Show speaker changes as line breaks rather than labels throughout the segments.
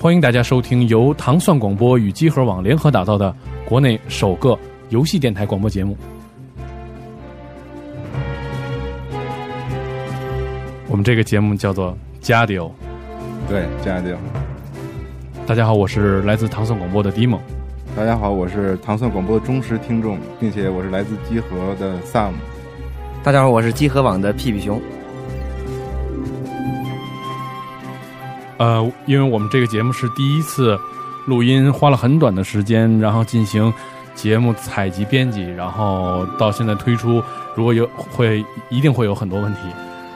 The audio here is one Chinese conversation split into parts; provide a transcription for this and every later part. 欢迎大家收听由糖蒜广播与机核网联合打造的国内首个游戏电台广播节目。我们这个节目叫做《加迪欧》。
对，加油！
大家好，我是来自糖蒜广播的迪蒙。
大家好，我是糖蒜广播的忠实听众，并且我是来自集合的 Sam。
大家好，我是集合网的屁屁熊。
呃，因为我们这个节目是第一次录音，花了很短的时间，然后进行节目采集、编辑，然后到现在推出，如果有会一定会有很多问题。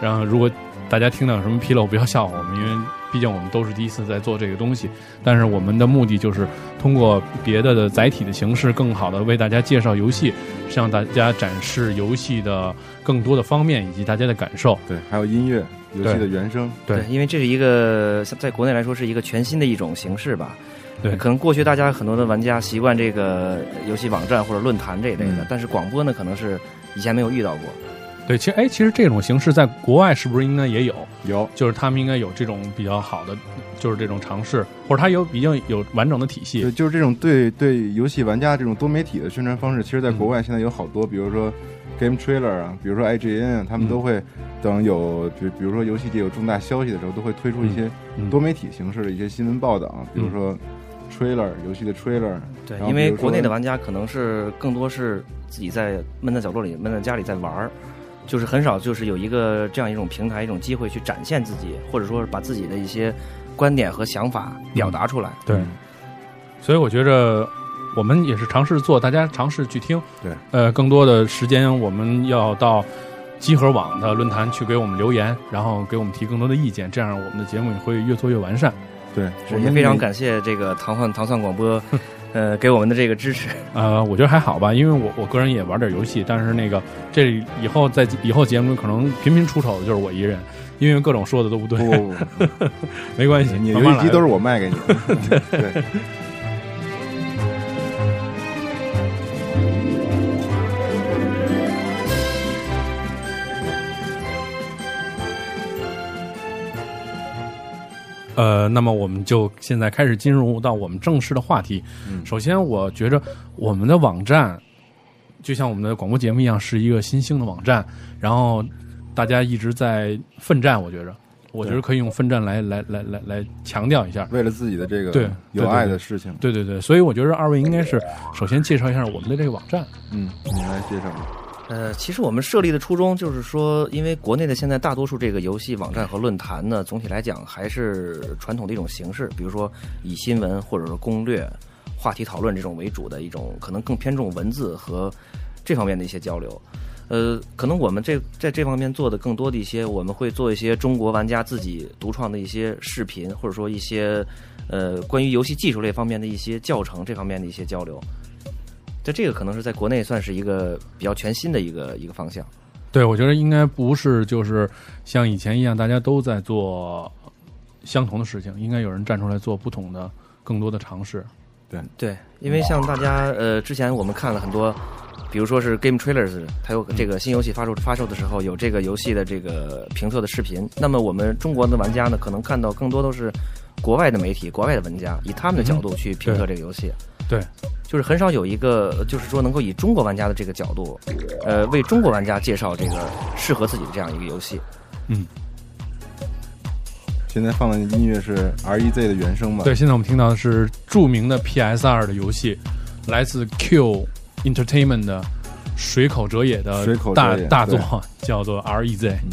然后如果大家听到有什么纰漏，不要笑话我们，因为毕竟我们都是第一次在做这个东西。但是我们的目的就是通过别的的载体的形式，更好的为大家介绍游戏，向大家展示游戏的更多的方面以及大家的感受。
对，还有音乐、游戏
对
的原声。
对
因为这是一个在国内来说是一个全新的一种形式吧。
对
可能过去大家很多的玩家习惯这个游戏网站或者论坛这一类的，
嗯
但是广播呢，可能是以前没有遇到过。
对，其实哎，其实这种形式在国外是不是应该也有？
有，
就是他们应该有这种比较好的，就是这种尝试，或者他有已经有完整的体
就
系。
就是这种对对游戏玩家这种多媒体的宣传方式，其实在
嗯
国外现在有好多，比如说 Game Trailer 啊，比如说 IGN，啊他
嗯
们都会等有，比比如说游戏界有重大消息的时候，都会推出一些
嗯
多媒体形式的一些新闻报道啊，比如说 Trailer 游戏的 Trailer，
对
然后
因为
比如说
国内的玩家可能是更多是自己在闷在角落里、闷在家里在玩儿，就是很少就是有一个这样一种平台、一种机会去展现自己，或者说是把自己的一些观点和想法表达出来。
嗯
对，所以我觉着我们也是尝试做，大家尝试去听。
对，
呃，更多的时间我们要到集合网的论坛去给我们留言，然后给我们提更多的意见，这样我们的节目也会越做越完善。
对，
我们非常感谢这个糖蒜糖蒜广播，呃，给我们的这个支持。
呃，我觉得还好吧，因为我我个人也玩点游戏，但是那个这以后在以后节目可能频频出丑的就是我一人，因为各种说的都不对，
不 不不不，
没关系，
你
慢
游
慢
戏
来
机
吧
都是我卖给你的。对，
呃，那么我们就现在开始进入到我们正式的话题。
嗯
首先，我觉着我们的网站就像我们的广播节目一样，是一个新兴的网站，然后大家一直在奋战。我觉着，我觉得可以用奋战来来来来来强调一下。
为了自己的这
对
个
对
有爱的事情，
对对对，所以我觉得二位应该是首先介绍一下我们的这个网站。
嗯，你来介绍吧。
呃，其实我们设立的初衷就是说，因为国内的现在大多数这个游戏网站和论坛呢，总体来讲还是传统的一种形式，比如说以新闻或者说攻略、话题讨论这种为主的一种，可能更偏重文字和这方面的一些交流。呃，可能我们这在这方面做的更多的一些，我们会做一些中国玩家自己独创的一些视频，或者说一些呃关于游戏技术类方面的一些教程，这方面的一些交流。在这个可能是在国内算是一个比较全新的一个一个方向。
对，我觉得应该不是就是像以前一样，大家都在做相同的事情，应该有人站出来做不同的、更多的尝试。
对，因为像大家呃，之前我们看了很多，比如说是 Game Trailers，它有这个新游戏发售发售的时候有这个游戏的这个评测的视频。那么我们中国的玩家呢，可能看到更多都是国外的媒体、国外的玩家以他们的角度去评测这个游戏。
对，
就是很少有一个，就是说能够以中国玩家的这个角度，呃，为中国玩家介绍这个适合自己的这样一个游戏。
现在放的音乐是 R E Z 的原声嘛？
对，现在我们听到的是著名的 PS 二的游戏，来自 Q Entertainment 的水口哲也的
水口
大
哲也
大作
对，
叫做 E REZ。
嗯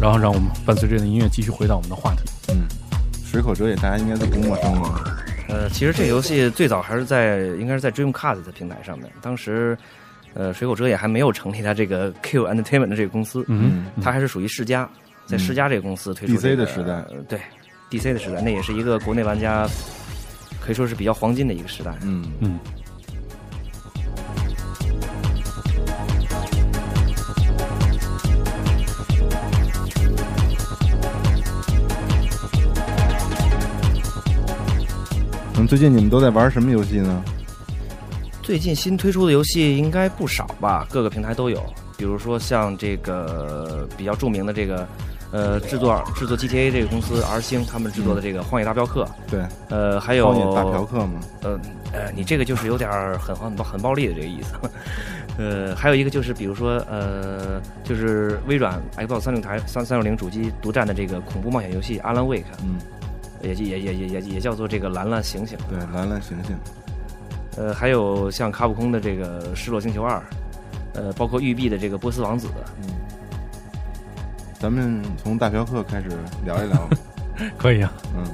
然后，让我们伴随这样的音乐继续回到我们的话题。
嗯，水口哲也大家应该都不陌生了。
呃，其实这个游戏最早还是在应该是在 Dreamcast 的平台上面，当时，呃，水口哲也还没有成立他这个 Q Entertainment 的这个公司，
嗯
它还是属于世嘉，在世嘉这个公司推出、
DC
这个
嗯的时代
呃对 DC 的时代，那也是一个国内玩家可以说是比较黄金的一个时代。
嗯
嗯
嗯，最近你们都在玩什么游戏呢？
最近新推出的游戏应该不少吧，各个平台都有，比如说像这个比较著名的这个。呃，制作制作 GTA 这个公司 R 星他们制作的这个《荒野大镖客》，
对，
呃，还
暴虐大嫖
有
客嘛，
呃呃，你这个就是有点儿很很暴很暴力的这个意思。 呃，还有一个就是，比如说，呃，就是微软 Xbox 三六台三三六零主机独占的这个恐怖冒险游戏《Alan Wake
嗯，》，
也也也也也也叫做这个兰兰醒醒。
对，蓝蓝醒醒，
呃，还有像卡普空的这个《失落星球二》，呃，包括育碧的这个《波斯王子》，
嗯，咱们从大嫖客开始聊 一聊，
嗯，可以啊，
嗯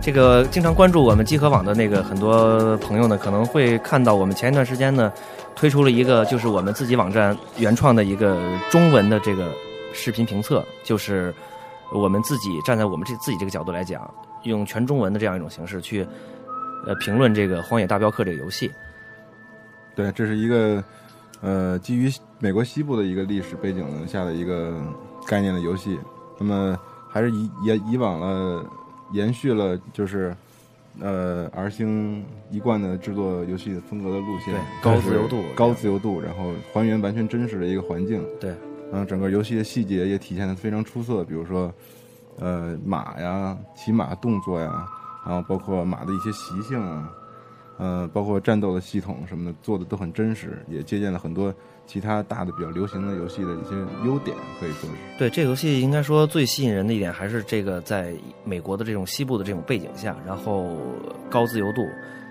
这个经常关注我们集合网的那个很多朋友呢，可能会看到我们前一段时间呢，推出了一个就是我们自己网站原创的一个中文的这个视频评测，就是我们自己站在我们这自己这个角度来讲，用全中文的这样一种形式去呃评论这个《荒野大镖客》这个游戏。
对，这是一个呃基于美国西部的一个历史背景下的一个概念的游戏。那么还是以也以往了，延续了就是呃 R 星一贯的制作游戏风格的路线
对，
但
高
是
自由度
高自由度，然后还原完全真实的一个环境。
对，
然后嗯整个游戏的细节也体现的非常出色，比如说呃马呀、骑马动作呀，然后包括马的一些习性啊，呃，包括战斗的系统什么的，做的都很真实，也借鉴了很多其他大的比较流行的游戏的一些优点，可以说是。
对，这个游戏应该说最吸引人的一点还是这个在美国的这种西部的这种背景下，然后高自由度，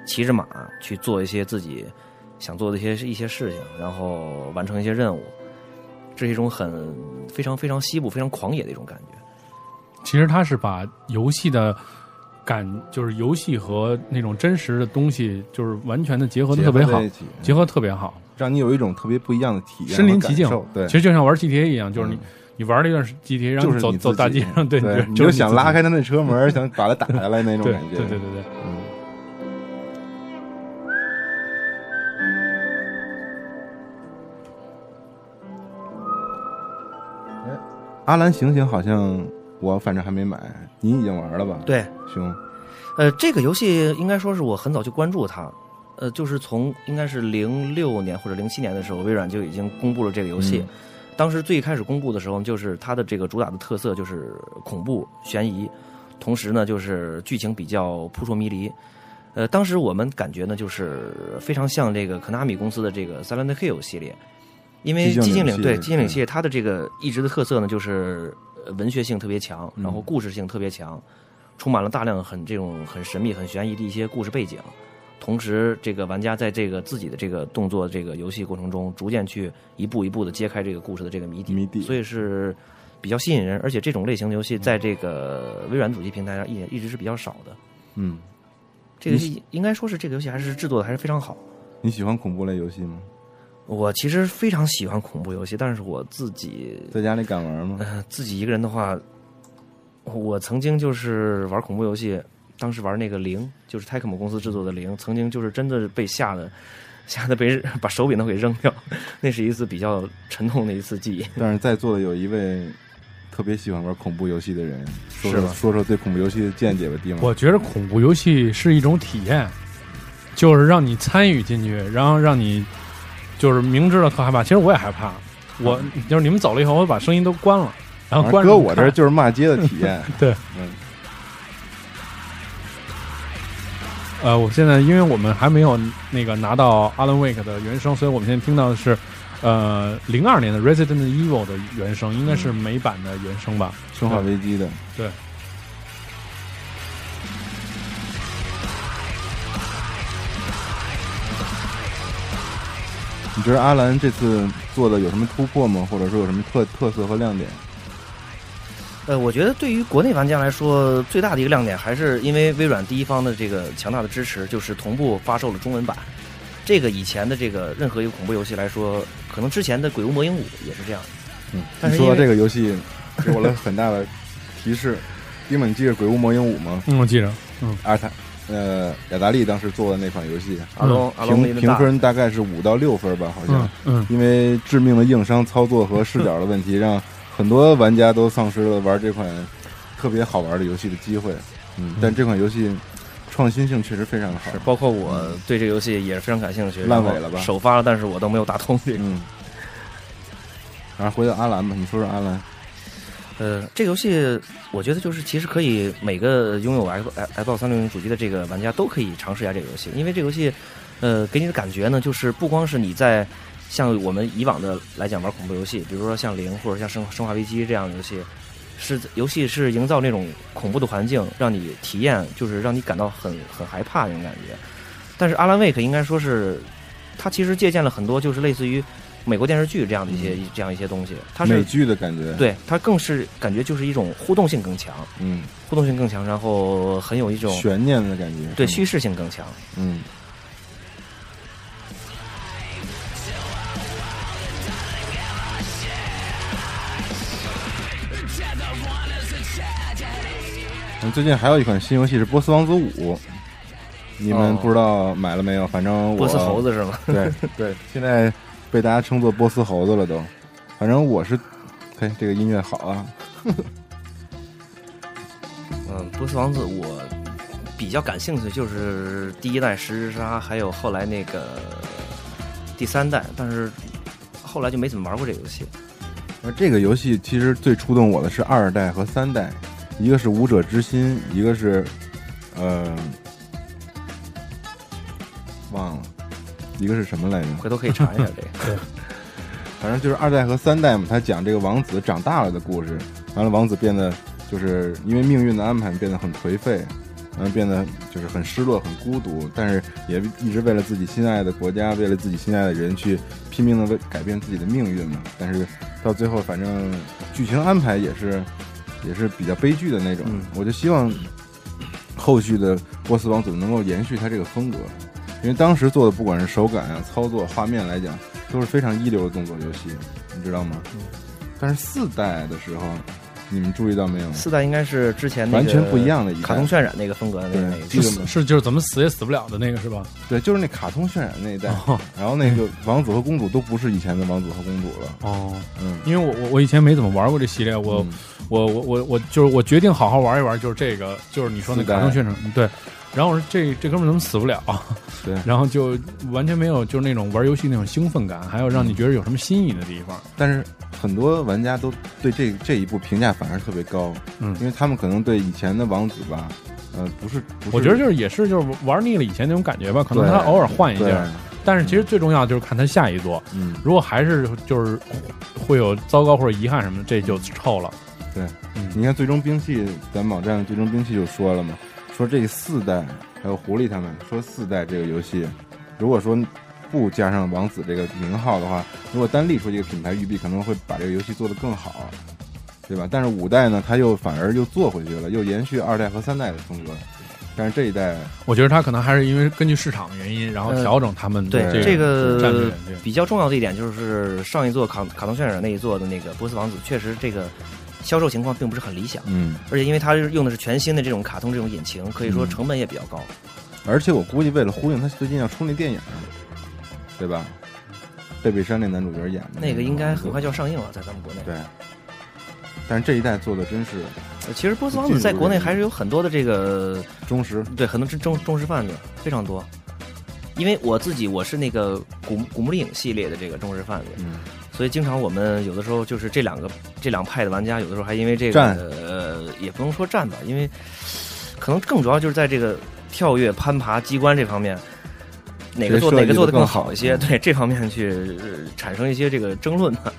骑着马去做一些自己想做的一些一些事情，然后完成一些任务，这是一种很非常非常西部、非常狂野的一种感觉。
其实他是把游戏的感，就是游戏和那种真实的东西，就是完全的结合的特别
结合
好
在一，起，
结合特别好。
让你有一种特别不一样的体验，
身临其境，
对
其，实就像玩 GTA 一样，就是你、
嗯
你玩了一段 GTA，然后
就是
你走
你自己
走大街上，对，
对，
你
你
就
就是
你
想
自己
拉开他那车门，想把他打下来那种
对
感觉，
对对对对，
嗯。哎阿兰醒醒，好像我反正还没买，您已经玩了吧，
对，
兄？
呃，这个游戏应该说是我很早就关注它，呃，就是从应该是零六年或者零七年的时候，微软就已经公布了这个游戏。
嗯
当时最开始公布的时候，就是它的这个主打的特色就是恐怖悬疑，同时呢就是剧情比较扑朔迷离。呃，当时我们感觉呢，就是非常像这个 Konami 公司的这个 Silent Hill 系列，因为
寂静
寂
岭
静岭
系
对
列
寂静岭
嗯
系列它的这个一直的特色呢，就是呃文学性特别强，然后
嗯
故事性特别强，充满了大量很这种很神秘、很悬疑的一些故事背景。同时，这个玩家在这个自己的这个动作这个游戏过程中，逐渐去一步一步的揭开这个故事的这个谜底，
谜底
所以是比较吸引人。而且这种类型的游戏在这个微软主机平台上也一直是比较少的。
嗯，
这个游戏应该说是这个游戏还是制作的还是非常好。
你喜欢恐怖类游戏 吗？
我其实非常喜欢恐怖游戏，但是我自己
在家里敢玩 吗？
呃自己一个人的话，我曾经就是玩恐怖游戏，当时玩那个《零》，就是 Tecmo 公司制作的《零》，曾经就是真的被吓得，吓得被把手柄都给扔掉，那是一次比较沉痛的一次记忆。
但是在座的有一位特别喜欢玩恐怖游戏的人，说
是
说
吗
说说对恐怖游戏的见解吧，弟们。
我觉得恐怖游戏是一种体验，就是让你参与进去，然后让你就是明知道特害怕，其实我也害怕，我就是你们走了以后，我把声音都关了，然后
反正
关
嗯啊搁
着
我这儿
看
就是骂街的体验。
对，
嗯，
呃，我现在因为我们还没有那个拿到 Alan Wake 的原声，所以我们现在听到的是，呃，零二年的 Resident Evil 的原声，应该是
嗯
美版的原声吧？
生化危机的，
对。
你觉得阿兰这次做的有什么突破吗？或者说有什么特特色和亮点？
呃，我觉得对于国内玩家来说，最大的一个亮点还是因为微软第一方的这个强大的支持，就是同步发售了中文版。这个以前的这个任何一个恐怖游戏来说，可能之前的《鬼屋魔影五》也是这样。
嗯，
但是
你说到
因为
这个游戏，给我了很大的提示。因为你记得《鬼屋魔影五》吗？
嗯，我记着，
阿塔，呃，雅达利当时做的那款游戏，
阿龙，阿龙
评
林大
评，嗯分大概是五到六分吧，好像
嗯。嗯
因为致命的硬伤操作和视角的问题，让很多玩家都丧失了玩这款特别好玩的游戏的机会。嗯，但这款游戏创新性确实非常的好
是。包括我对这个游戏也是非常感兴趣。
烂尾了吧
然后首发了，但是我都没有打通这个。
嗯。然后回到阿兰吧，你说说阿兰。
呃，这个游戏我觉得就是其实可以每个拥有 X 呃 Xbox 三六零主机的这个玩家都可以尝试一下这个游戏，因为这个游戏，呃，给你的感觉呢，就是不光是你在像我们以往的来讲玩恐怖游戏，比如说像零或者像生生化危机这样的游戏，是游戏是营造那种恐怖的环境，让你体验，就是让你感到很很害怕那种感觉。但是阿兰 Wake 应该说是，它其实借鉴了很多就是类似于美国电视剧这样的一些、这样一些东西，它是
美剧的感觉。，
对，它更是感觉就是一种互动性更强，
嗯，
互动性更强，然后很有一种
悬念的感觉。嗯
对叙事性更强。
嗯。嗯最近还有一款新游戏是《波斯王子五》，你们
哦
不知道买了没有？反正我
波斯猴子是 吗？
对对，现在被大家称作波斯猴子了都。反正我是，嘿，这个音乐好啊，
嗯，波斯王子我比较感兴趣，就是第一代十日杀，还有后来那个第三代，但是后来就没怎么玩过这个游戏。
那这个游戏其实最触动我的是二代和三代，一个是武者之心，一个是，呃，忘了，一个是什么来着？
回头可以查一下这 个。
反正就是二代和三代嘛，他讲这个王子长大了的故事。完了，王子变得就是因为命运的安排变得很颓废，嗯，变得就是很失落、很孤独，但是也一直为了自己心爱的国家、为了自己心爱的人去拼命的为改变自己的命运嘛。但是到最后，反正剧情安排也是也是比较悲剧的那种。
嗯
我就希望后续的波斯王子能够延续他这个风格，因为当时做的不管是手感啊、操作、画面来讲，都是非常一流的动作游戏，你知道吗？但是四代的时候，你们注意到没有？
四代应该是之前那个
完全不一样的一代
卡通渲染那个风格的那
对
个那个
是
这个
死是就是怎么死也死不了的那个是吧？
对，就是那卡通渲染那一代，
哦
然后那个王子和公主都不是以前的王子和公主了。
哦，
嗯，
因为我我我以前没怎么玩过这系列，我、
嗯
我我我我就是我决定好好玩一玩，就是这个，就是你说那
四代
卡通宣传对。然后我说这这哥们儿怎么死不了、啊
对
然后就完全没有就是那种玩游戏那种兴奋感，还有让你
嗯
觉得有什么新意的地方。
但是很多玩家都对这这一部评价反而特别高，
嗯
因为他们可能对以前的王子吧，呃，不是，不是
我觉得就是也是就是玩腻了以前那种感觉吧，可能
对
他偶尔换一
对，
下，但是其实最重要就是看他下一座，
嗯，
如果还是就是会有糟糕或者遗憾什么的，这就臭了。
你看最终兵器，咱们网站的最终兵器就说了嘛，说这四代还有狐狸他们说四代这个游戏，如果说不加上王子这个名号的话，如果单立出一个品牌育碧，可能会把这个游戏做得更好，对吧？但是五代呢，它又反而又做回去了，又延续二代和三代的风格，但是这一代
我觉得他可能还是因为根据市场原因，然后
呃
调整他们
对
的
这
个
个
战略。对
比较重要的一点就是上一座卡卡通渲染那一座的那个波斯王子，确实这个销售情况并不是很理想，
嗯。
而且因为它是用的是全新的这种卡通这种引擎，可以说
嗯
成本也比较高。
而且我估计为了呼应他最近要出那电影，对吧？贝贝珊那男主角演的
那个应该很快
就
就要上映了，在咱们国内。
对。但是这一代做的真是
呃其实波斯王子在国内还是有很多的这个
忠实，
对很多忠忠忠实贩子非常多。因为我自己我是那个古古墓丽影系列的这个忠实贩子，
嗯，
所以经常我们有的时候就是这两个这两派的玩家，有的时候还因为这个
战
呃，也不能说战吧，因为可能更主要就是在这个跳跃、攀爬、机关这方面，哪个做
谁设计
哪个做
得
的
更
更
好
好一些，
嗯
对这方面去、呃产生一些这个争论吧。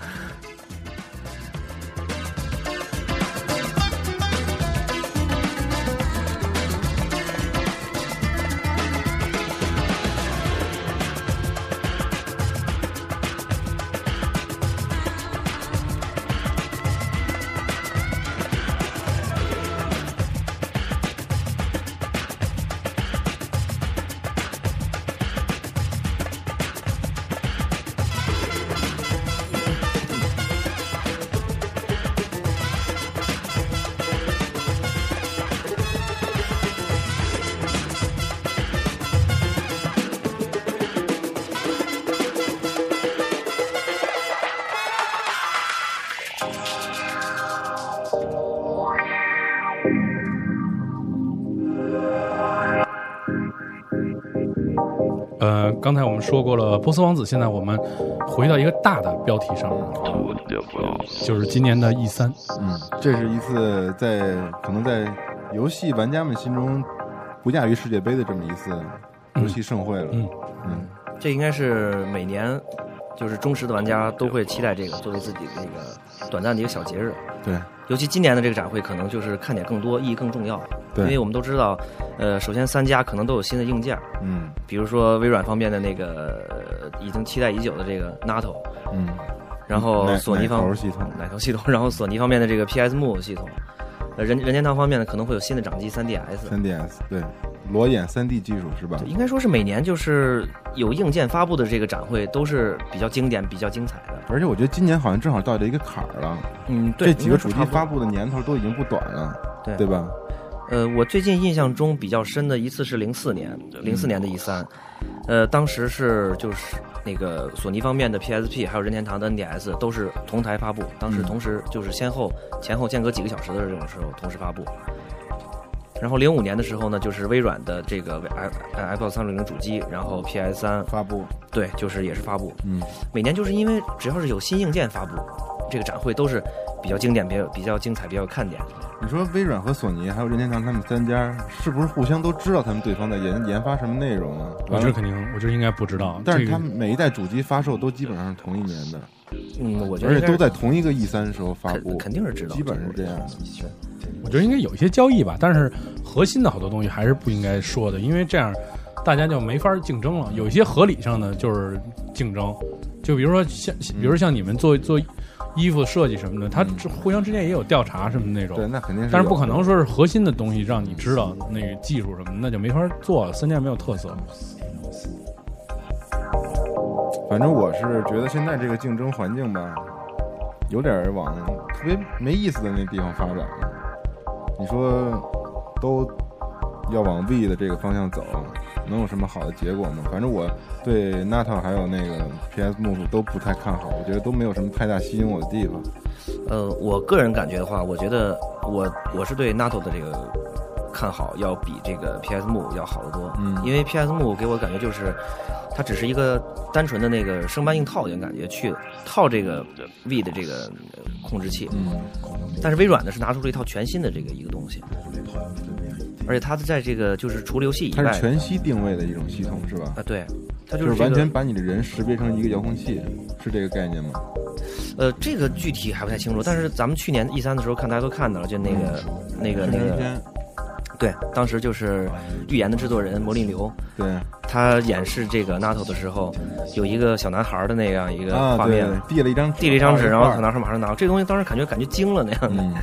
呃刚才我们说过了波斯王子，现在我们回到一个大的标题上面啊，就是今年的 E 三，
嗯，这是一次在可能在游戏玩家们心中不亚于世界杯的这么一次游戏盛会了。
嗯
嗯
这应该是每年就是忠实的玩家都会期待这个作为自己的一个短暂的一个小节日。
对
尤其今年的这个展会，可能就是看点更多，意义更重要。因为
对，
我们都知道，呃，首先三家可能都有新的硬件，
嗯
比如说微软方面的那个、呃已经期待已久的这个 NATO，
嗯，
然后
奶
索尼
奶
方
头系统，
奶头系统， 然后索尼方面的这个 PS Move 系统，呃，任任天堂方面呢可能会有新的掌机 3DS。
三 DS 对，裸眼三 D 技术是吧
对，？应该说是每年就是有硬件发布的这个展会都是比较经典、比较精彩的。
而且我觉得今年好像正好到了一个坎儿了，
嗯，对，
这几个主
应该
机
说差
发
不多。
布的年头都已经不短了，
对
对吧？
呃，我最近印象中比较深的一次是零四年，零四年的 E 三，
嗯
呃，当时是就是那个索尼方面的 PSP 还有任天堂的 NDS 都是同台发布，当
嗯
时同时就是先后前后间隔几个小时的这种时候同时发布。然后零五年的时候呢，就是微软的这个 F Xbox 三六零主机，然后 PS 三
发布，
对，就是也是发布。
嗯，
每年就是因为只要是有新硬件发布，这个展会都是比较经典、比较比较精彩、比较有看点。
你说微软和索尼还有任天堂他们三家是不是互相都知道他们对方在研研发什么内容啊？
我觉得肯定，我觉得应该不知道，
嗯但是
这
他
个
们每一代主机发售都基本上是同一年的，
嗯，我觉得
而
应
且
该
都
是
在同一个 E 三时候发布
肯，肯定是知道，
基本是这样的。
我觉得应该有一些交易吧，但是核心的好多东西还是不应该说的，因为这样大家就没法竞争了。有一些合理上的就是竞争，就比如说像，比如说像你们做做衣服设计什么的，它之互相之间也有调查什么那种
对，，那肯定是有的。
但是不可能说是核心的东西让你知道那个技术什么，那就没法做了。三家没有特色，
反正我是觉得现在这个竞争环境吧，有点儿往特别没意思的那地方发展了。你说都要往 V 的这个方向走，能有什么好的结果吗？反正我对 NATO 还有那个 PS Move 都不太看好，我觉得都没有什么太大吸引我的地方。
呃，我个人感觉的话，我觉得我我是对 NATO 的这个看好要比这个 PSM 要好得多。
嗯
因为 PSM 给我感觉就是它只是一个单纯的那个生搬硬套的感觉去套这个 V 的这个呃控制器，
嗯，
但是微软呢是拿出了一套全新的这个一个东西，而且它在这个就是除了游戏以
它
外
是全息定位的一种系统是吧？
啊对，它
就
就是
完
这个
全把你的人识别成一个遥控器，是这个概念吗？
呃，这个具体还不太清楚，但是咱们去年 E 三的时候看大家都看到了，就那个、那个那个，对，当时就是预言的制作人魔力流，
对
他演示这个 NATO 的时候，有一个小男孩的那样一个
啊，
画
对
面，，
递了一张
递了一张纸，
画
然后小男孩马上拿，这东西当时感觉感觉惊了那样的。
嗯。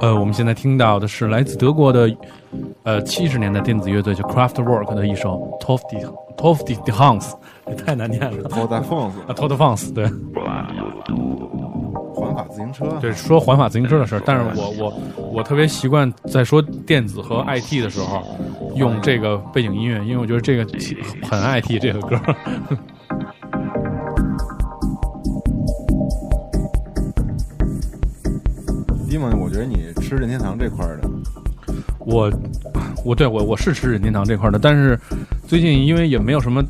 呃，我们现在听到的是来自德国的，呃，七十年代电子乐队叫 Kraftwerk 的一首 t o f t i t o f t i h a n s 这太难念
嗯
了。
高达 f o n
啊 t o t f a n s 对
环法自行车，
对，说环法自行车的事儿，但是我我我特别习惯在说电子和 IT 的时候用这个背景音乐，因为我觉得这个很 IT 这个歌。
d i m o n 我觉得你吃任天堂这块儿的，
我我对我我是吃任天堂这块儿的，但是最近因为也没有什么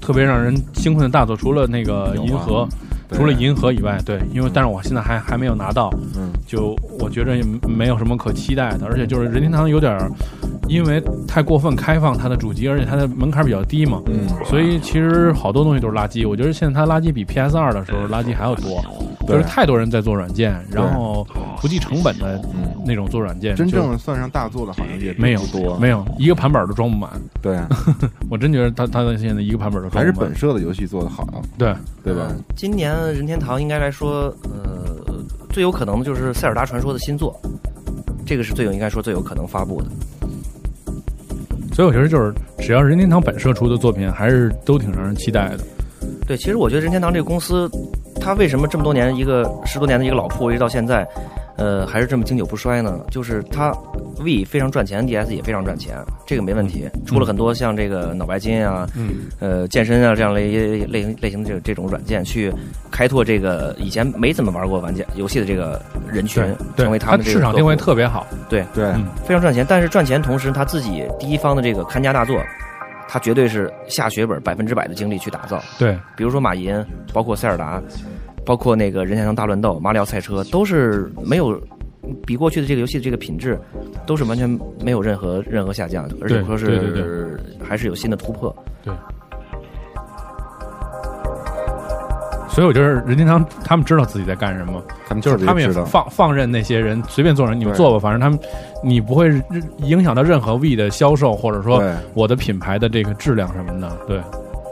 特别让人兴奋的大作，除了那个
有啊
银河，
对
除了银河以外，对，因为但是我现在还还没有拿到，
嗯，
就我觉着也没有什么可期待的，而且就是任天堂有点儿因为太过分开放它的主机，而且它的门槛比较低嘛，
嗯，
所以其实好多东西都是垃圾。我觉得现在它垃圾比 PS 二的时候垃圾还要多，就
对
是太多人在做软件，
对
然后不计成本的
嗯
那种做软件，
真
就
正算上大作的好像也
没有
不多，
没有一个盘板都装不满。
对啊，
我真觉得它它的现在一个盘板都装
还
不
是
满。
本社的游戏做的好，
对，
对嗯吧？
嗯今年任天堂应该来说，呃，最有可能的就是《塞尔达传说》的新作，这个是最有应该说最有可能发布的。
所以我觉得就是只要任天堂本社出的作品，还是都挺让人期待的。
对，其实我觉得任天堂这个公司，他为什么这么多年一个十多年的一个老铺，一直到现在，呃，还是这么经久不衰呢？就是它 V 非常赚钱，DS 也非常赚钱，这个没问题。出了很多像这个脑白金啊，
嗯，
呃，健身啊这样类类型类型的这这种软件，去开拓这个以前没怎么玩过玩家游戏的这个人群，
对
成为，
它
们这个
市场
客
定位
户
特别好，
对，
嗯
非常赚钱，但是赚钱同时他自己第一方的这个看家大作，他绝对是下血本百分之百的精力去打造。
对，
比如说马银，包括塞尔达，包括那个任天堂大乱斗、马里奥赛车，都是没有比过去的这个游戏的这个品质，都是完全没有任何任何下降，而且说
对对对
是还是有新的突破。
所以我就是任天堂他们知道自己在干什么，
他们
就是
特别
他们也
嗯知道，
放放任那些人随便做人，你们
对
做吧，反正他们你不会影响到任何 V 的销售，或者说
对
我的品牌的这个质量什么的，对，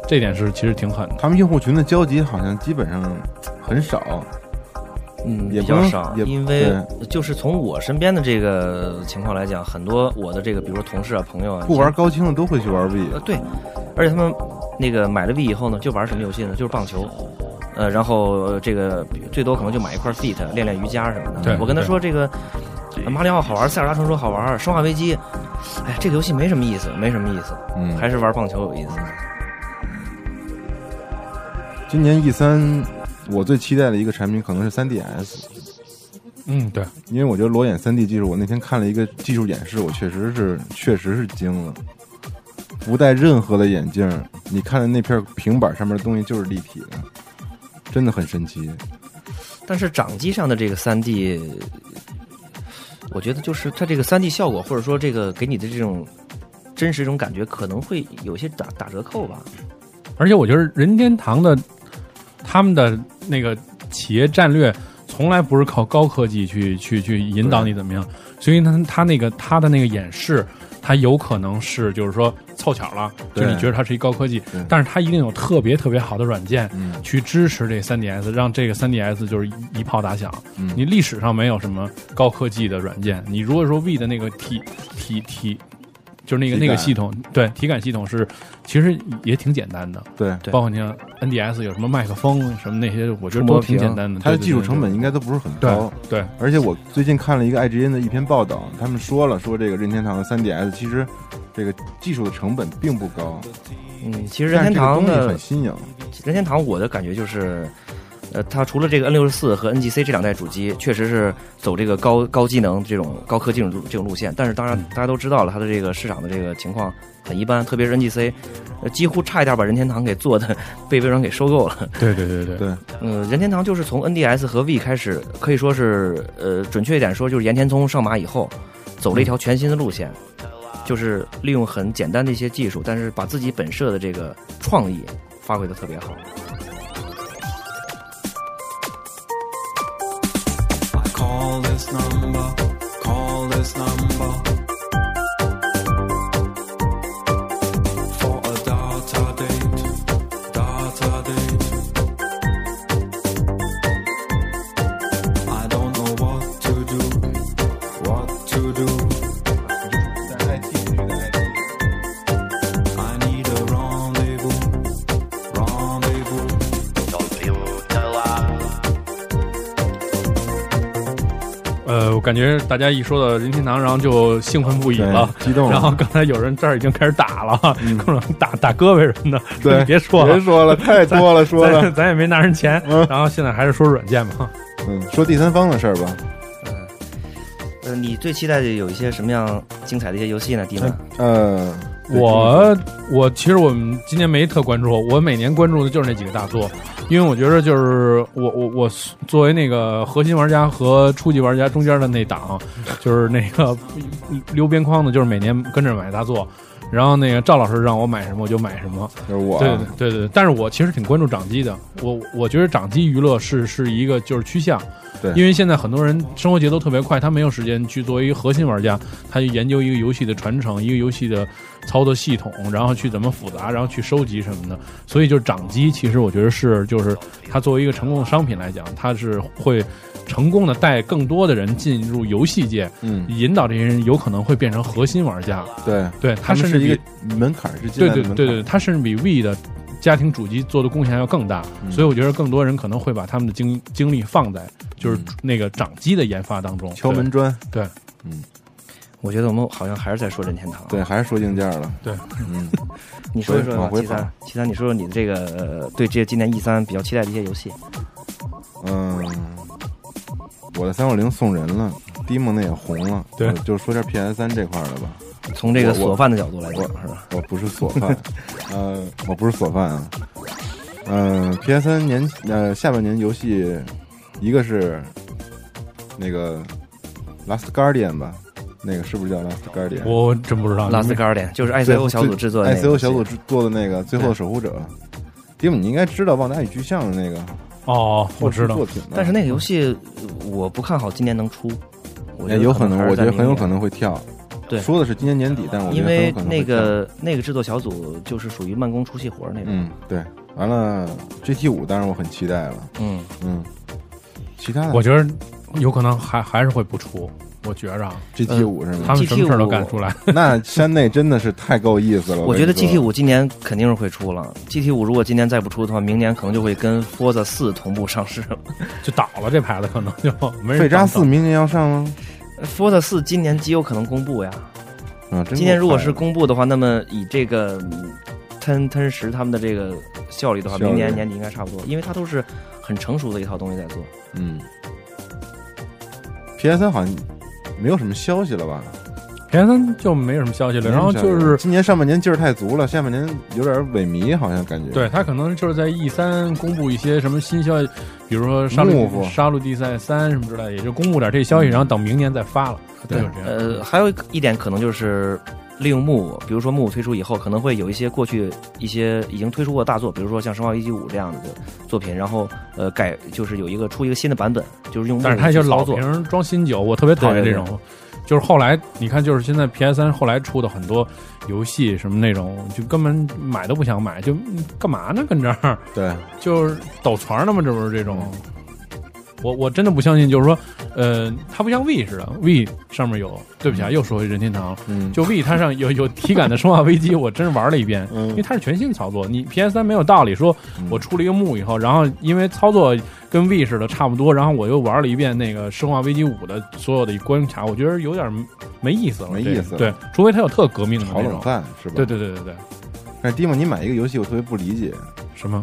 这点是其实挺狠的，
他们用户群的交集好像基本上很少，
嗯，
也
比
不
较
能
少，
也
因为
对
就是从我身边的这个情况来讲，很多我的这个比如说同事啊、朋友啊，
不玩高清的都会去玩 V，
呃，对，而且他们那个买了 V 以后呢，就玩什么游戏呢？就是棒球，呃，然后呃这个最多可能就买一块 Fit 练练瑜伽什么
对
的。我跟他
对
说这个呃马里奥好玩，塞尔达传说好玩，生化危机，哎，这个游戏没什么意思，没什么意思，
嗯，
还是玩棒球有意思。
今年 E 三，我最期待的一个产品可能是 3DS，
嗯，对，
因为我觉得裸眼 3D 技术，我那天看了一个技术演示，我确实是确实是惊了。不戴任何的眼镜，你看的那片平板上面的东西就是立体的，真的很神奇。
但是掌机上的这个三 D，我觉得就是它这个三 D 效果，或者说这个给你的这种真实这种感觉，可能会有些打打折扣吧。
而且我觉得任天堂的他们的那个企业战略从来不是靠高科技去去去引导你怎么样，所以呢，他那个他的那个演示，他有可能是就是说凑巧了，就
对
你觉得它是一高科技
对，
但是它一定有特别特别好的软件。
嗯，
去支持这三 DS，让这个三 DS 就是一一炮打响。
嗯
你历史上没有什么高科技的软件，你如果说 V 的那个体体体，就是那个
体
那个
感
系统，对体感系统是其实也挺简单的，
对，
对
包括你像 NDS 有什么麦克风什么那些，我觉得
触
都
摸
挺
屏
简单的。
它的
对对
技术
对
成本应该都不是很
对
高。
对
而且我最近看了一个 IGN 的一篇报道，他们说了说这个任天堂的 3DS 其实这个技术的成本并不高，
嗯，其实任
但
天
是这个
堂
东西
的
很新颖。
任天堂我的感觉就是，呃，它除了这个 N 六十四和 NGC 这两代主机，确实是走这个高高机能这种高科技这种路这种路线，但是当然
嗯
大家都知道了，它的这个市场的这个情况很一般，特别是 NGC，呃，几乎差一点把任天堂给做的 被微软给收购了。
对对对对
对，
呃，任天堂就是从 NDS 和 V 开始，可以说是呃，准确一点说就是岩田聪上马以后，走了一条全新的路线，就是利用很简单的一些技术，但是把自己本社的这个创意发挥的特别好。
Call this number. Call this number. For a data date. Data date. I don't know what to do. What to do. I need a rendezvous. Rendezvous.
呃，我感觉大家一说到任天堂，然后就兴奋不已
对
了。
激动了。
然后刚才有人这儿已经开始打了，
嗯
各种打打胳膊什么的，
对
你别说了
别，说了，太多 了，说了
咱。咱也没拿人钱。
嗯
然后现在还是说软件吧。
嗯，说第三方的事儿吧。
嗯，呃，你最期待的有一些什么样精彩的一些游戏呢？迪曼，
呃，对
我我其实我们今年没特关注，我每年关注的就是那几个大作，因为我觉得就是我我我作为那个核心玩家和初级玩家中间的那档，就是那个溜边框的，就是每年跟着买大作。然后那个赵老师让我买什么我就买什么，
就是我啊
对对对对，但是我其实挺关注掌机的，我我觉得掌机娱乐是是一个就是趋向，
对
因为现在很多人生活节奏特别快，他没有时间去作为一个核心玩家，他去研究一个游戏的传承，一个游戏的操作系统，然后去怎么复杂，然后去收集什么的，所以就是掌机，其实我觉得是就是它作为一个成功的商品来讲，它是会成功的带更多的人进入游戏界，
嗯，
引导这些人有可能会变成核心玩家，
对，
对，
他
它
们
甚至
是
比
一个门槛儿是进
对
来的
对
门
对
槛
对，它甚至比 V 的家庭主机做的贡献要更大，
嗯
所以我觉得更多人可能会把他们的精精力放在就是那个掌机的研发当中。
嗯敲门砖，
对，
我觉得我们好像还是在说任天堂。啊
对，，还是说硬件了，
对，
嗯，
你说一说
往
吧，
回
七
跑
三，七三，你说说你的这个呃对这今年 E 三比较期待的一些游戏。
嗯，我的三六零送人了，Demon 那也红了，
对
我就说点 PS 三这块儿的吧。
从这个
我我
索饭的角度来讲
我，
是吧？
我不是索饭，呃，我不是索饭啊。嗯、p s 三年呃下半年游戏，一个是那个《Last Guardian》吧，那个是不是叫《Last Guardian》？
我真不知道。
拉斯加点就是
最
ICO 小组制作的那个游
ICO
戏
小组制做的那个《最后的守护者》，Dim，你应该知道《旺达与巨像》的那个
哦，我知道
作。品吧，
但是那个游戏呃我不看好今年能出，我觉
也哎
得
有可能，我觉得很有可
哎能
能会跳。
对
说的是今年年底，但我
还是在明年，
觉
因
得很有可能会
为那
跳。
个那个制作小组就是属于慢工出细活那种。
嗯，对，完了 GT 五，当然我很期待了。
嗯，
嗯，其他的
我觉得有可能还还是会不出，我觉着啊，
GT 五是
他
吗？
们什么事儿都干出来。
那山内真的是太够意思了。
我觉得
跟你
GT
说
五今年肯定是会出了。GT 五如果今年再不出的话，明年可能就会跟 Forza 四同步上市了。
就倒了这牌子，可能就没人。
废渣四，明年要上吗？
Forza 四今年极有可能公布呀。
啊，真
今年如果
够快
是公布的话，那么以这个嗯 Ten Ten 十他们的这个效率的话，
效率
明年年底应该差不多，因为它都是很成熟的一套东西在做。
嗯，PS 三好像没有什么消息了吧？
田三就没什么消息了，
没什
然
么
后
消息
就
了
是
今年上半年劲儿太足了，下半年有点萎靡，好像感觉。
对他可能就是在 E 三公布一些什么新消息，比如说杀戮
Move
杀戮地赛三什么之类的，也就公布点这些消息，
嗯
然后等明年再发了。
对
就是这样。
呃，还有一个一点可能就是利用木偶，比如说木偶推出以后，可能会有一些过去一些已经推出过的大作，比如说像《生化危机五》这样的作品，然后呃改就是有一个出一个新的版本，就是用木
但
偶
是他
去
就
操
老
作。
瓶装新酒，我特别讨厌这
对对
种。就是后来你看，就是现在 PS 三后来出的很多游戏什么那种，就根本买都不想买，就嗯干嘛呢？跟这儿
对，
就是抖床的嘛，这不是这种。我我真的不相信，就是说，呃，它不像 V 似的，V 上面有，对不起啊，又说回任天堂，
嗯，
就 V 它上有有体感的《生化危机》，我真是玩了一遍，
嗯
因为它是全新操作，你 PS 三没有道理说
嗯
我出了一个幕以后，然后因为操作跟 V 似的差不多，然后我又玩了一遍那个《生化危机五》的所有的关卡，我觉得有点没意思了，
没
这个
意思了
对，除非它有特革命的
炒
那
冷
种，
饭是吧？
对对对对对，
但是 Dima，你买一个游戏，我特别不理解，
什么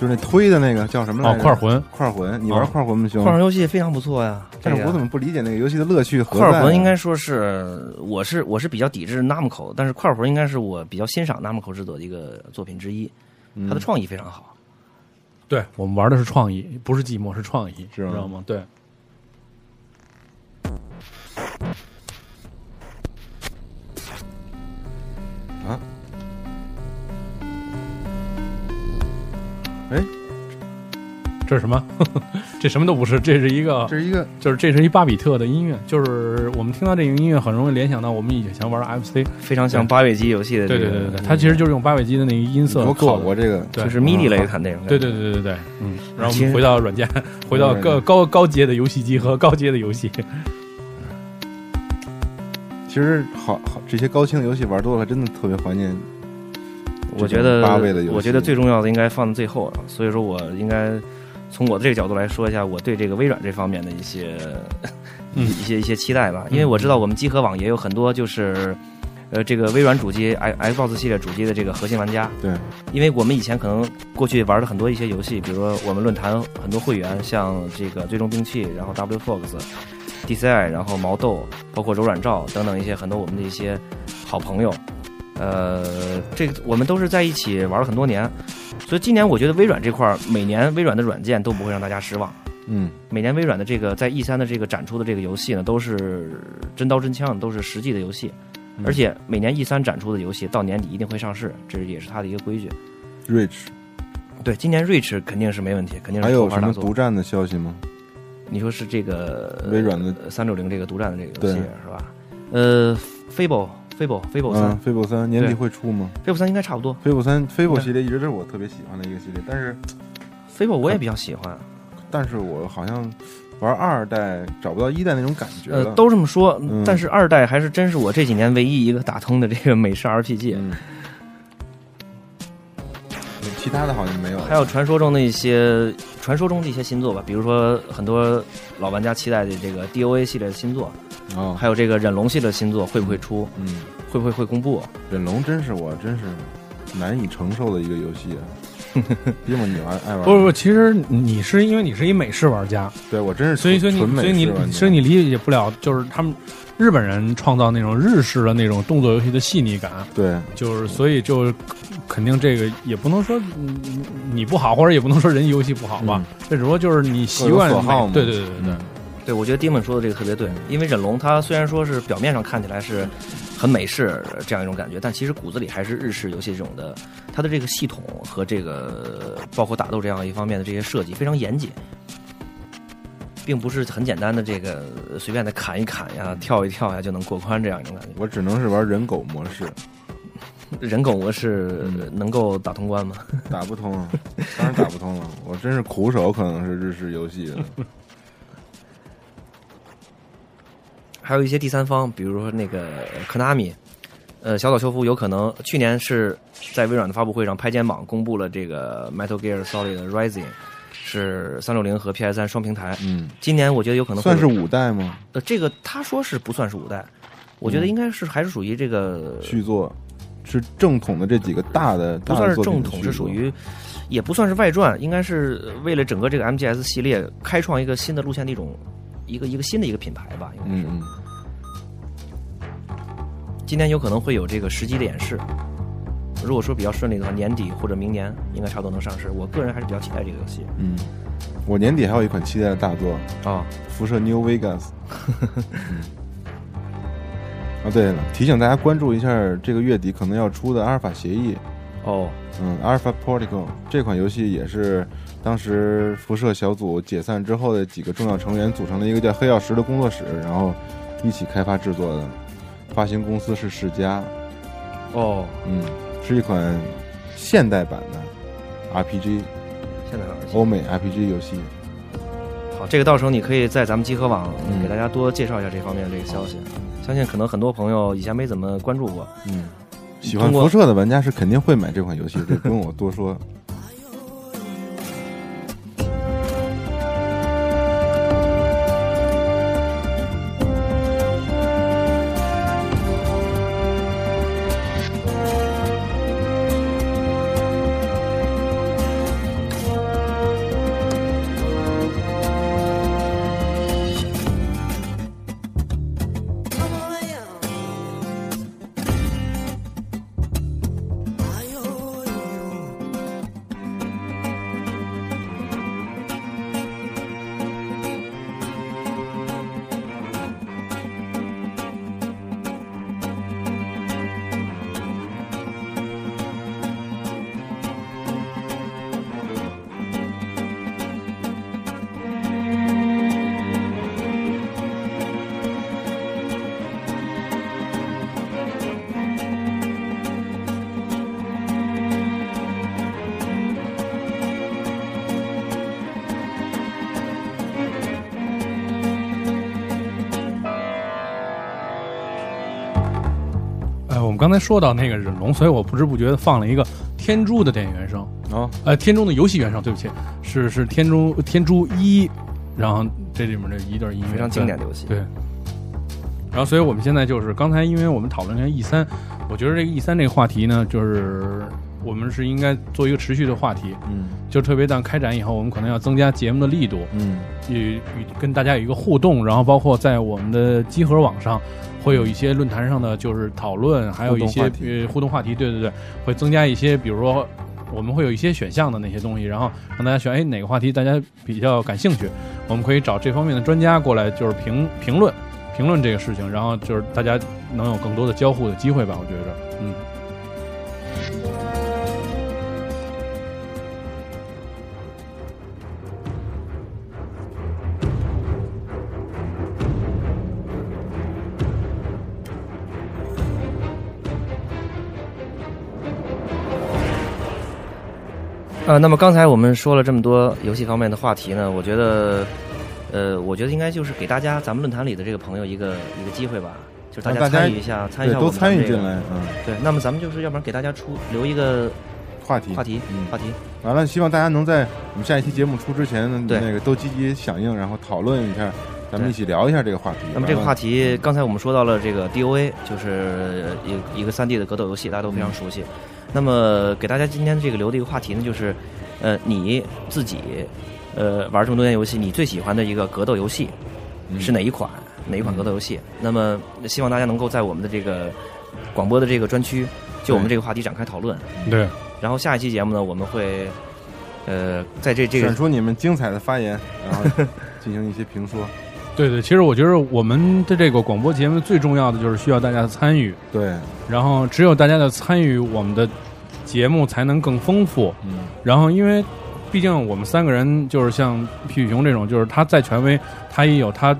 就是那推的那个叫什么来
哦
着？
块魂，
块魂，你玩
哦
块魂吗，兄
块？儿游戏非常不错呀，
但是
这
我
个
怎么不理解那个游戏的乐趣啊何在
块
呢？
儿魂应该说是，我是我是比较抵制 Namco，但是块儿魂应该是我比较欣赏 Namco 制作的一个作品之一，
嗯
它的创意非常好。
对我们玩的是创意，不是寂寞，是啊创意，
是吗
知道吗？对。
啊？哎，
这是什么？ 这什么都不是，这是一个，
这是一个
就是这是一巴比特的音乐，就是我们听到这个音乐，很容易联想到我们以前玩的 FC。
非常像八位机游戏的这
对
个，
对对对对，它其实就是用八位机的那个音色
我
做
考
的
过这个，
对
就是 MIDI 类的那种。
对对对对对对，嗯，然后我
其
们
实
回到软件， 回到
回
高
到
高高阶的游戏机
嗯
和高阶的游戏，
其实好好这些高清的游戏玩多了，真的特别怀念。
我觉得
八位的游戏
我觉得最重要的应该放在最后啊，所以说我应该从我这个角度来说一下我对这个微软这方面的一些、
嗯
一些一些期待吧，因为我知道我们集合网也有很多就是。呃，这个微软主机 i Xbox 系列主机的这个核心玩家，
对，
因为我们以前可能过去玩的很多一些游戏，比如说我们论坛很多会员，像这个《最终兵器》，然后 W Fox、DCI，然后毛豆，包括柔软罩等等一些很多我们的一些好朋友，呃，这个我们都是在一起玩了很多年，所以今年我觉得微软这块儿每年微软的软件都不会让大家失望。
嗯，
每年微软的这个在 E 三的这个展出的这个游戏呢，都是真刀真枪，都是实际的游戏，
嗯
而且每年 E 三展出的游戏到年底一定会上市，这也是它的一个规矩。
Rich，
对，今年 Reach 肯定是没问题，肯定是
还有
头牌
什
大
么
作
独。占的消息吗？
你说是这个呃
微软的
三六零这个独占的这个游戏
对
是吧？呃，Fable Fable Fable 三、
嗯，Fable 三年底
对
会出吗
Fable 三应该差不多
？Fable 三，Fable
对
系列一直都是我特别喜欢的一个系列，但是
，Fable 我也比较喜欢。
但是我好像玩二代找不到一代那种感觉
呃
了，，
都这么说
嗯，
但是二代还是真是我这几年唯一一个打通的这个美式 RPG。
嗯，其他的好像没有了。
还有传说中的一些传说中的一些新作吧，比如说很多老玩家期待的这个 DOA 系列的新作，
哦，
还有这个忍龙系列的新作会不会出？
嗯，
会不会会公布？
忍龙真是我真是难以承受的一个游戏 啊。毕竟你玩爱玩，
不不，，其实你是因为你是一美式玩家，
对我真是
所以所以
纯
你所以
美式玩
你
家
所以你理解不了，就是他们日本人创造那种日式的那种动作游戏的细腻感，
对
就是所以就是肯定这个也不能说嗯你不好，或者也不能说人游戏不好吧，这只不过就是你习惯
嗯各有所好嘛嗯
对对对对对，
对，我觉得丁本说的这个特别对，因为忍龙它虽然说是表面上看起来是很美式这样一种感觉，但其实骨子里还是日式游戏这种的，它的这个系统和这个包括打斗这样一方面的这些设计非常严谨，并不是很简单的这个随便的砍一砍呀、跳一跳呀就能过关这样一种感觉。
我只能是玩人狗模式，
人狗模式
嗯
能够打通关吗？
打不通，当然打不通了。我真是苦手，可能是日式游 戏的。
还有一些第三方，比如说那个呃 Konami，呃，小岛秀夫有可能去年是在微软的发布会上拍肩膀公布了这个 Metal Gear Solid Rising，是三六零和 PS 三双平台。
嗯，
今年我觉得有可能会
算是五代吗？
呃，这个他说是不算是五代，我
嗯
觉得应该是还是属于这个
续作是正统的这几个大的，
不
大
算
的
是
作品
正
的
统，
续
是
作
属于也不算是外传，应该是为了整个这个 MGS 系列开创一个新的路线的一种一个一个新的一个品牌吧，应该是。
嗯嗯。
今年有可能会有这个实机的演示。如果说比较顺利的话，年底或者明年应该差不多能上市。我个人还是比较期待这个游戏
嗯，我年底还有一款期待的大作
啊、
《辐射 New Vegas》嗯。啊，对了，提醒大家关注一下这个月底可能要出的《阿尔法协议》。
哦，
嗯，《阿尔法 Protocol》这款游戏也是当时辐射小组解散之后的几个重要成员组成了一个叫黑曜石的工作室，然后一起开发制作的。发行公司是世嘉，
哦，
嗯，是一款现代版的 RPG
现在好像是
欧美 RPG 游戏。
好，这个到时候你可以在咱们集合网
嗯
给大家多介绍一下这方面的这个消息。啊相信可能很多朋友以前没怎么关注过。
嗯，喜欢辐射的玩家是肯定会买这款游戏，这不用我多 说。
呃，我们刚才说到那个忍龙，所以我不知不觉的放了一个天珠的电影原声，
哦，
呃，天中的游戏原声，对不起，是是天中天珠一，然后这里面的一段音乐
非常经典的游戏
对。对然后，所以我们现在就是刚才，因为我们讨论了 E 三，我觉得这个 E 三这个话题呢，就是我们是应该做一个持续的话题，
嗯
就特别当开展以后，我们可能要增加节目的力度，
嗯，
与与跟大家有一个互动，然后包括在我们的集合网上会有一些论坛上的就是讨论，还有一些
互动话题
呃互动话题，对对对，会增加一些，比如说我们会有一些选项的那些东西，然后让大家选，哎哪个话题大家比较感兴趣，我们可以找这方面的专家过来就是评评论评论这个事情，然后就是大家能有更多的交互的机会吧，我觉着，嗯。
呃，那么刚才我们说了这么多游戏方面的话题呢，我觉得，呃，我觉得应该就是给大家咱们论坛里的这个朋友一个一个机会吧，就是大
让
家
啊大家
参与一下，参与一
对，
下
都
我们咱
参
们
与
这个
进来，嗯，
对，那么咱们就是要不然给大家出留一个
话题
话题
嗯
话题，
完了，希望大家能在我们下一期节目出之前，
对
那个都积极响应，然后讨论一下，咱们
对
一起聊一下这个话题。
那么这个
完了
话题，刚才我们说到了这个 DOA，就是一一个三 D 的格斗游戏，大家都非
嗯
常熟悉。那么给大家今天这个留的一个话题呢，就是，呃，你自己，呃，玩这么多年游戏，你最喜欢的一个格斗游戏
嗯
是哪一款？哪一款格斗游戏？那么希望大家能够在我们的这个广播的这个专区，就我们这个话题展开讨论。
对，
然后下一期节目呢，我们会，呃，在这这个
选出你们精彩的发言，然后进行一些评 说。
对对，其实我觉得我们的这个广播节目最重要的就是需要大家的参与，
对，
然后只有大家的参与，我们的节目才能更丰富。
嗯，
然后因为毕竟我们三个人就是像皮皮熊这种，就是他再权威，他也有他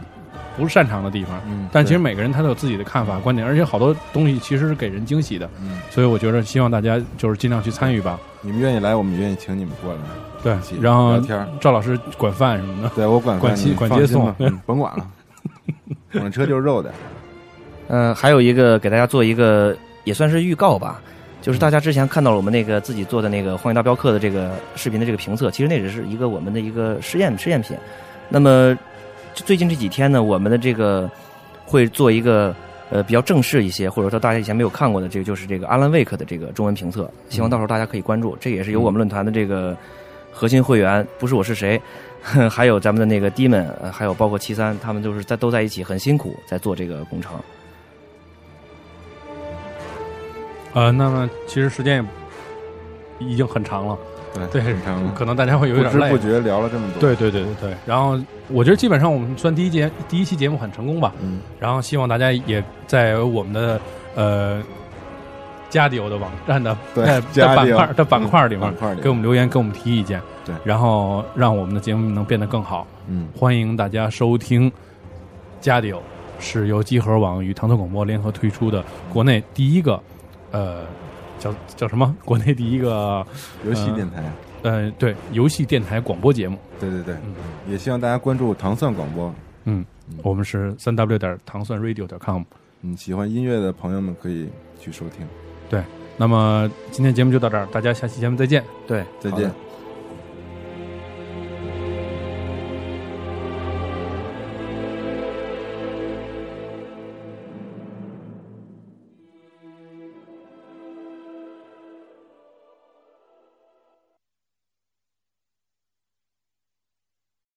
不擅长的地方。
嗯
但其实每个人他都有自己的看法、观点，而且好多东西其实是给人惊喜的，
嗯，
所以我觉得希望大家就是尽量去参与吧。
你们愿意来，我们愿意请你们过来。
对
一起，
然后
聊天儿
赵老师管饭什么的，
对我管
管
饭
接
你
管
放
接
心
送
吧嗯甭管 了，我的车就是肉的。
嗯，还有一个给大家做一个也算是预告吧，就是大家之前看到了我们那个自己做的那个《荒野大镖客》的这个视频的这个评测，其实那只是一个我们的一个试验试验品。那么就最近这几天呢，我们的这个会做一个呃比较正式一些，或者说大家以前没有看过的，这个就是这个阿兰·威克的这个中文评测，希望到时候大家可以关注。这也是由我们论坛的这个核心会员，不是我是谁， 还有咱们的那个 Demon，呃还有包括七三，他们就是在都在一起很辛苦在做这个工程。
呃，那么其实时间也已经很长了，对
对，很长了
可能大家会有
嗯不
点
知
累
不。觉聊了这么多。，
对对对对对，然后我觉得基本上我们算第一节第一期节目很成功吧，
嗯，
然后希望大家也在我们的呃加迪欧的网站的
对
在
加
在板
迪欧
块的板块里
嗯
面
板块里
给我们留言，给我们提意见，
对
然后让我们的节目能变得更好。
嗯，
欢迎大家收听加迪欧，是由集合网与唐宋广播联合推出的国内第一个呃叫叫什么？国内第一个
游戏
嗯
电台。啊
呃对游戏电台广播节目。
对对对，也希望大家关注糖蒜广播。
嗯，我们是三 w 点糖蒜 radio 点 com。
嗯，喜欢音乐的朋友们可以去收听。
对，那么今天节目就到这儿，大家下期节目再见。
对，
再
好的
见。